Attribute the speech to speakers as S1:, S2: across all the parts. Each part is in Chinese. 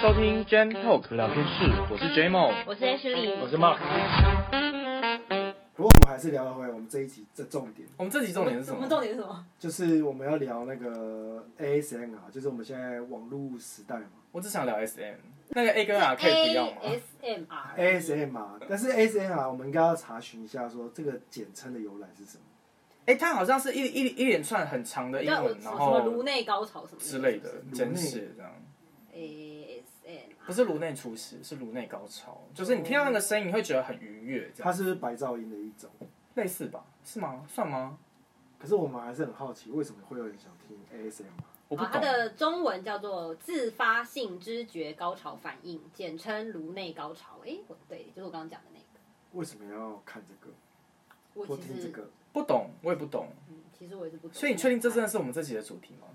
S1: 收听 Gen Talk 聊天室，我是 JMO，
S2: 我是 H 李，
S1: 我是 Mark。
S3: 不过我们还是聊回我们这一集这重点，
S1: 我们这集重点是什么？
S2: 重点是什么？
S3: 就是我们要聊那个 ASMR，就是我们现在网络时代嘛
S1: 我只想聊 SM，那个 A 跟
S2: 哎
S1: R 可以不要吗？
S2: A S M R
S3: ，ASMR。但是 ASMR 我们应该要查询一下，说这个简称的由来是什么。
S1: 哎、它好像是一一一连串很长的英
S2: 那我
S1: 文，
S2: 什
S1: 然
S2: 么什么颅
S1: 后
S2: 内高潮什么
S1: 之类的
S3: 颅内
S1: 真是这样。
S2: A S M
S1: 不是颅内出血，是颅内高
S2: 哦
S1: 潮，就是你听到那个声音，你会觉得很愉悦，这样
S3: 它是不是白噪音的一种，
S1: 类似吧？是吗？算吗？
S3: 可是我们还是很好奇，为什么会有人想听 ASMR？
S1: 我不
S2: 它
S1: 懂。
S2: 哦的中文叫做自发性知觉高潮反应，简称颅内高潮。哎、我对，就是我刚刚讲的那个。
S3: 为什么要看这个
S2: 我
S3: 或
S2: 其
S3: 听这
S2: 实，
S3: 个？
S1: 不懂，我也不懂。
S2: 嗯，其实我也是不懂。
S1: 所以你确定这真的是我们这集的主题吗？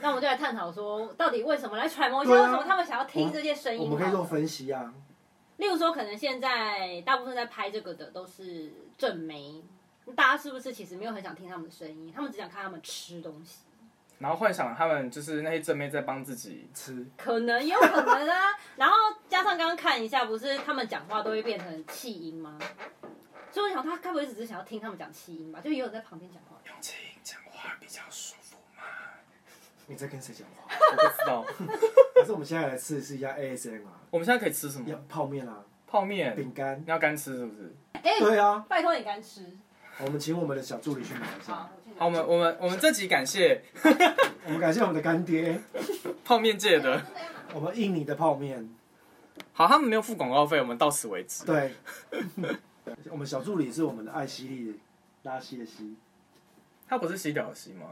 S2: 那我们就来探讨说，到底为什么来揣摩一下，
S3: 对
S2: 为
S3: 啊
S2: 什么他们想要听这些声音？
S3: 我们可以做分析啊。
S2: 例如说，可能现在大部分在拍这个的都是正媒，大家是不是其实没有很想听他们的声音？他们只想看他们吃东西，
S1: 然后幻想他们就是那些正妹在帮自己，
S3: 吃
S2: 可能也有可能啊。 然后加上刚刚看一下，不是他们讲话都会变成气音吗？所以我想，他该不会只是想要听他们讲气音吧？就也有在旁边讲话。
S1: 用气音讲话比较舒服吗？
S3: 你在跟谁讲话？
S1: 我不知道。
S3: 还是我们现在来试试一下 ASMR？
S1: 我们现在可以吃什
S3: 要
S1: 么？
S3: 泡面啊，
S1: 泡面。
S3: 饼干。
S1: 你要干吃是不是？
S2: 哎、
S3: 对啊，
S2: 拜托你敢吃？
S3: 我们请我们的小助理去买一下
S2: 好。，我去拿
S1: 好，我们我们我们这集感谢
S3: 我们感谢我们的干爹，
S1: 泡面界的。
S3: 我们印尼的泡面。
S1: 好，他们没有付广告费，我们到此为止。
S3: 对， 我们小助理是我们的艾希利拉希的希，
S1: 他不是洗屌的洗吗？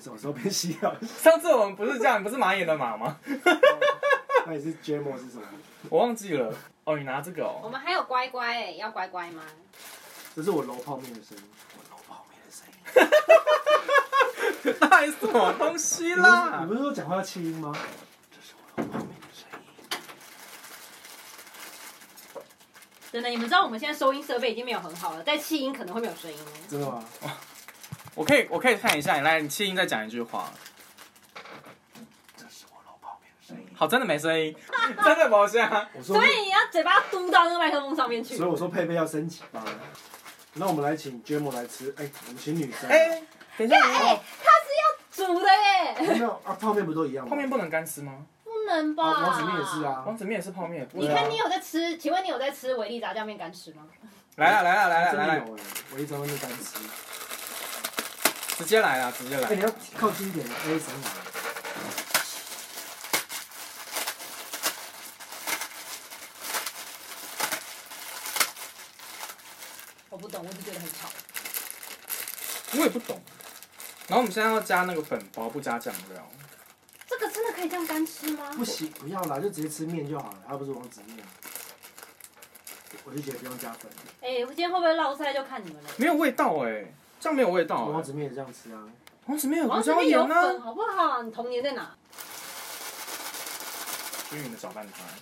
S3: 什么时候变希了？
S1: 上次我们不是这样，你不是马眼的马吗？
S3: 那你是 JMO 是什么？
S1: 我忘记了。哦，你拿这个
S2: 我
S1: 哦。
S2: 们还有乖乖、哎，要乖乖吗？
S3: 这是我揉泡面的声音，我揉泡面的声音。
S1: 那是什么东西
S3: 你不是你
S1: 啦
S3: 不？是说讲话要气音吗？这是我揉泡面的声音。
S2: 真的，你们知道我们现在收音设备已经没有很好了，在气音可能会没有声音哦。
S3: 真的吗？
S1: 我可以我可以看一下你，来，你气音再讲一句话。
S3: 这是我揉泡面的声音。
S1: 好，真的没声音， 真的没声音。
S3: 我说
S2: 所，以你要嘴巴嘟到那个麦克风上面去。
S3: 所以我说配备要升级吧。那我们来请 JMO 来吃，哎、我们请女生。
S1: 哎、等一下，
S3: 哎
S2: 煮的耶，
S3: 没有啊，泡面不都一样吗？
S1: 泡面不能干吃吗？
S2: 不能吧？
S3: 啊，王子面也是。啊。
S1: 王子面也是泡面。
S2: 你
S3: 对啊
S2: 看，你有在吃？请问你有在吃维力炸酱面敢吃吗？
S1: 来了来了来了
S3: 真
S1: 来
S3: 的
S1: 了，
S3: 有哎、我一直在那干吃。
S1: 直接来了直接
S3: 哎、
S1: 来。
S3: 你要靠近一点，ASMR。
S2: 我不懂，我只觉得很吵。
S1: 我也不懂。然后我们现在要加那个粉包，不加酱料。
S2: 这个真的可以这样干吃吗？
S3: 不行，不要啦，就直接吃面就好了，它不是王子面。我就觉得不用加粉，
S2: 哎，我今天会不会落腮就看你们了。
S1: 没有味道哎、这样没有味道、
S3: 王
S1: 欸。
S3: 子面也这样吃啊。
S1: 王子面有胡
S2: 王子
S1: 椒
S2: 面有
S1: 盐啊呢、
S2: 粉好不好？你童年在哪？
S1: 均匀的嗯搅拌它。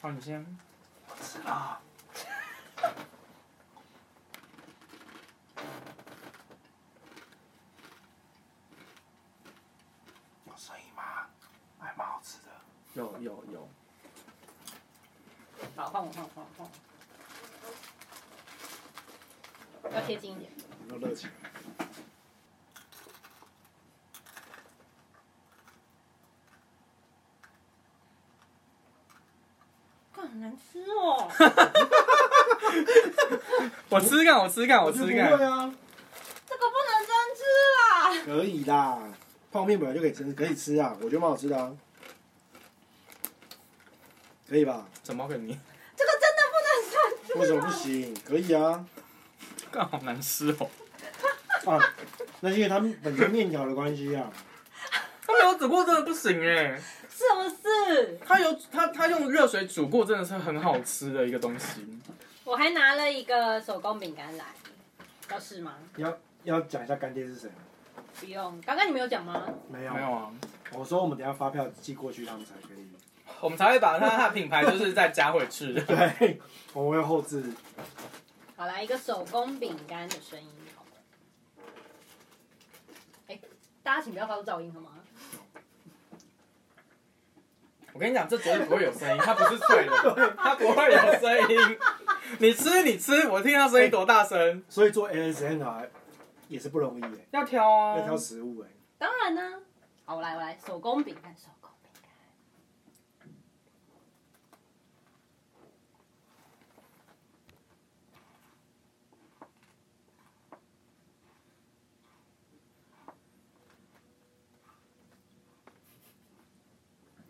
S1: 好，你先。
S3: 吃啊！有声音吗？还蛮好吃的。
S1: 有有有。
S2: 好，换我，换我，换我，换我。要贴近一点。
S3: 有没有热情？啊
S2: 干很难吃哦。
S1: 我吃干，我吃干，我
S3: 觉得
S1: 吃
S3: 不会
S1: 干。
S3: 啊，
S2: 这个不能真吃啊啦。
S3: 可以啦。泡面本来就可以吃，可以吃啊，我觉得蛮好吃的啊。可以吧？
S1: 怎么给你？
S2: 这个真的不能真吃。
S3: 为什么不行？可以啊。
S1: 干好难吃哦、
S3: 啊，那是因为他们本身面条的关系啊。
S1: 它没有煮过真的不行哎、
S2: 是不是？
S1: 它有它它用热水煮过，真的是很好吃的一个东西。
S2: 我还拿了一个手工饼干来，要试吗？
S3: 要要讲一下干爹是谁吗？
S2: 不用，刚刚你没有讲吗？
S3: 没有，
S1: 没有啊，
S3: 我说我们等一下发票寄过去，他们才可以。
S1: 我们才会把它它的品牌就是再加回去的。
S3: 对，我们会后置。
S2: 好，来一个手工饼干的声音好了。哎、家请不要发出噪音好吗？
S1: 我跟你讲，这绝对不会有声音，它不是脆 的，它不会有声音。你吃你吃，我听到声音多大声？
S3: 所以做 ASMR 也是不容易哎，
S1: 要挑啊
S3: 要挑食物哎，
S2: 当然呢、好，我来我来，手工饼干，手工饼干。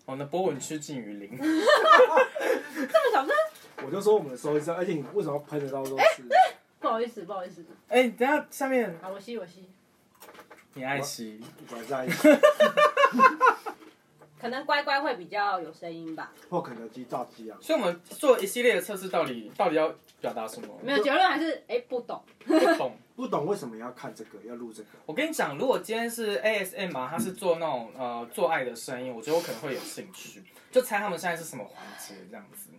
S1: 我们的哦波纹趋近于零，
S2: 这么小声？
S3: 我就说我们的收音声，而且你为什么喷得到都 是？
S2: 不好意思，不好意思。
S1: 哎、等一下下面
S2: 好，我吸我吸。
S1: 你爱吃，
S3: 晚上
S2: 可能乖乖会比较有声音吧，
S3: 或肯德基炸鸡啊，
S1: 所以我们做一系列的测试，到底到底要表达什么？
S2: 没有结论还是哎、不懂。
S1: 不懂。
S3: 不懂为什么要看这个，要录这个。
S1: 我跟你讲，如果今天是 ASM 啊，他是做那种呃做爱的声音，我觉得我可能会有兴趣，就猜他们现在是什么环节这样子。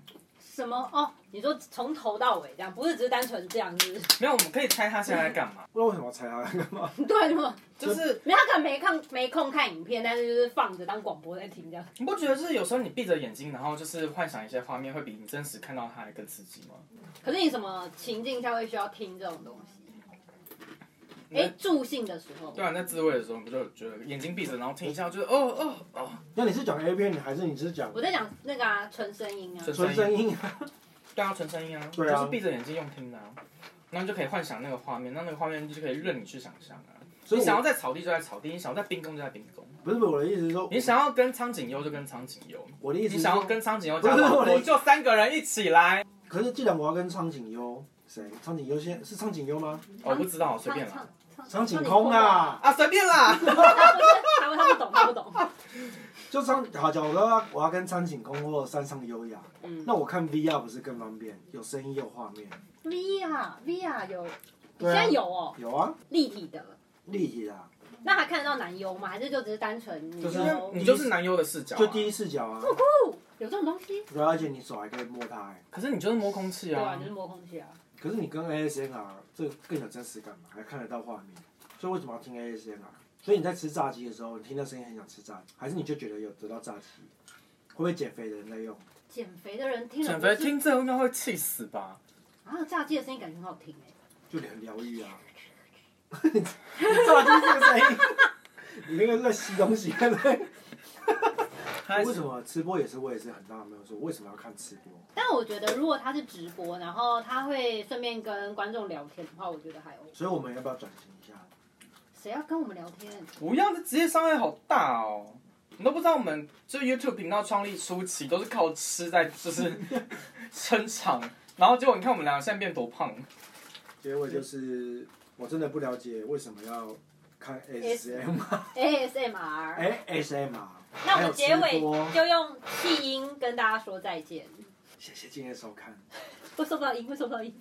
S2: 什么哦？你说从头到尾这样，不是只是单纯这样子？
S1: 没有，我们可以猜他现在在干嘛，
S3: 不知道为什么要猜他干嘛？
S2: 对吗？
S1: 就是
S2: 没有，他可能没看没空看影片，但是就是放着当广播在听这样。
S1: 你不觉得就是有时候你闭着眼睛，然后就是幻想一些画面，会比你真实看到它还更刺激吗？
S2: 可是你什么情境下会需要听这种东西？
S1: 你
S2: 哎、
S1: 在
S2: 助兴的时候，
S1: 对啊，你在自慰的时候，你不就觉得眼睛闭着，然后听一下，就是哦哦哦，
S3: 那你是讲 A 片，你还是你是讲
S2: 我在讲那个啊，纯声音啊，
S3: 纯声音啊？
S1: 对啊，纯声音啊，
S3: 对啊
S1: 就是闭着眼睛用听的、啊，然后你就可以幻想那个画面，那那个画面就可以任你去想象啊。
S3: 所
S1: 你
S3: 以
S1: 想要
S3: 我
S1: 在草地就在草地，你想要在冰宫就在冰宫，
S3: 不是不是我的意思是说，
S1: 你想要跟苍井优就跟苍井优，
S3: 我的意
S1: 你
S3: 思是
S1: 想要
S3: 说，
S1: 跟苍井优
S3: 不是
S1: 讲，
S3: 我的意
S1: 我
S3: 思
S1: 就三个人一起来。
S3: 可是既然我要跟苍井优，谁？苍井优先是苍井优吗？
S1: 哦我不知道，随便啦
S2: 唱唱
S3: 苍井空啊，
S1: 啊，随便啦。
S2: 他不是他不他不懂他不懂，
S3: 就苍好假如我要我要跟苍井空或山上优雅，
S2: 嗯
S3: 那我看 VR 不是更方便？有声音有画面，
S2: ，VR VR 有，
S3: 对
S2: 现
S3: 啊
S2: 在有哦，
S3: 有啊，
S2: 立体的，
S3: 立体的啊，
S2: 那还看得到男优吗？还是就只是单纯女
S3: 就是
S2: 优？
S1: 你就是男优的视角、啊，
S3: 就第一视角啊，
S2: 酷，有这种东西？
S3: 对啊，而且你手还可以摸它欸。
S1: 可是你就是摸空气
S2: 对啊，
S1: 啊
S2: 就，是摸空气啊。
S3: 可是你跟 ASMR 这个更有真实感嘛，还看得到画面，所以为什么要听 ASMR？所以你在吃炸鸡的时候，你听到声音很想吃炸鸡，还是你就觉得有得到炸鸡？会不会减肥的人在用？
S2: 减肥的人听了
S1: 减
S2: 不是
S1: 肥听这应该会气死吧？
S2: 啊，炸鸡的声音感觉很好听哎，
S3: 就你很疗愈啊！你炸鸡这个声音，你那个是在吸东西，对不对？
S1: 他
S3: 为什么吃播也是我也是很纳闷，说为什么要看吃播？
S2: 但我觉得如果他是直播，然后他会顺便跟观众聊天的话，我觉得还 OK。
S3: 所以我们要不要转型一下？
S2: 谁要跟我们聊天？
S1: 不要，这职业伤害好大哦！你都不知道我们就 YouTube 频道创立初期都是靠吃在就是 撑场，然后结果你看我们两个现在变多胖，
S3: 结尾就是我真的不了解为什么要看 ASMR。
S2: ASMR，
S3: 啊哎，ASMR。
S2: 那我
S3: 还有
S2: 们
S3: 吃
S2: 结尾
S3: 播
S2: 就用气音跟大家说再见。
S3: 谢谢今天的收看，
S2: 会收不到音，会收不到音。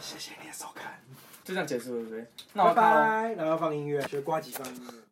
S3: 谢谢你的收看，
S1: 就这样结束，对不对？那我
S3: 拜
S1: 要看哦。
S3: 拜。然后放音乐，学瓜吉放音乐。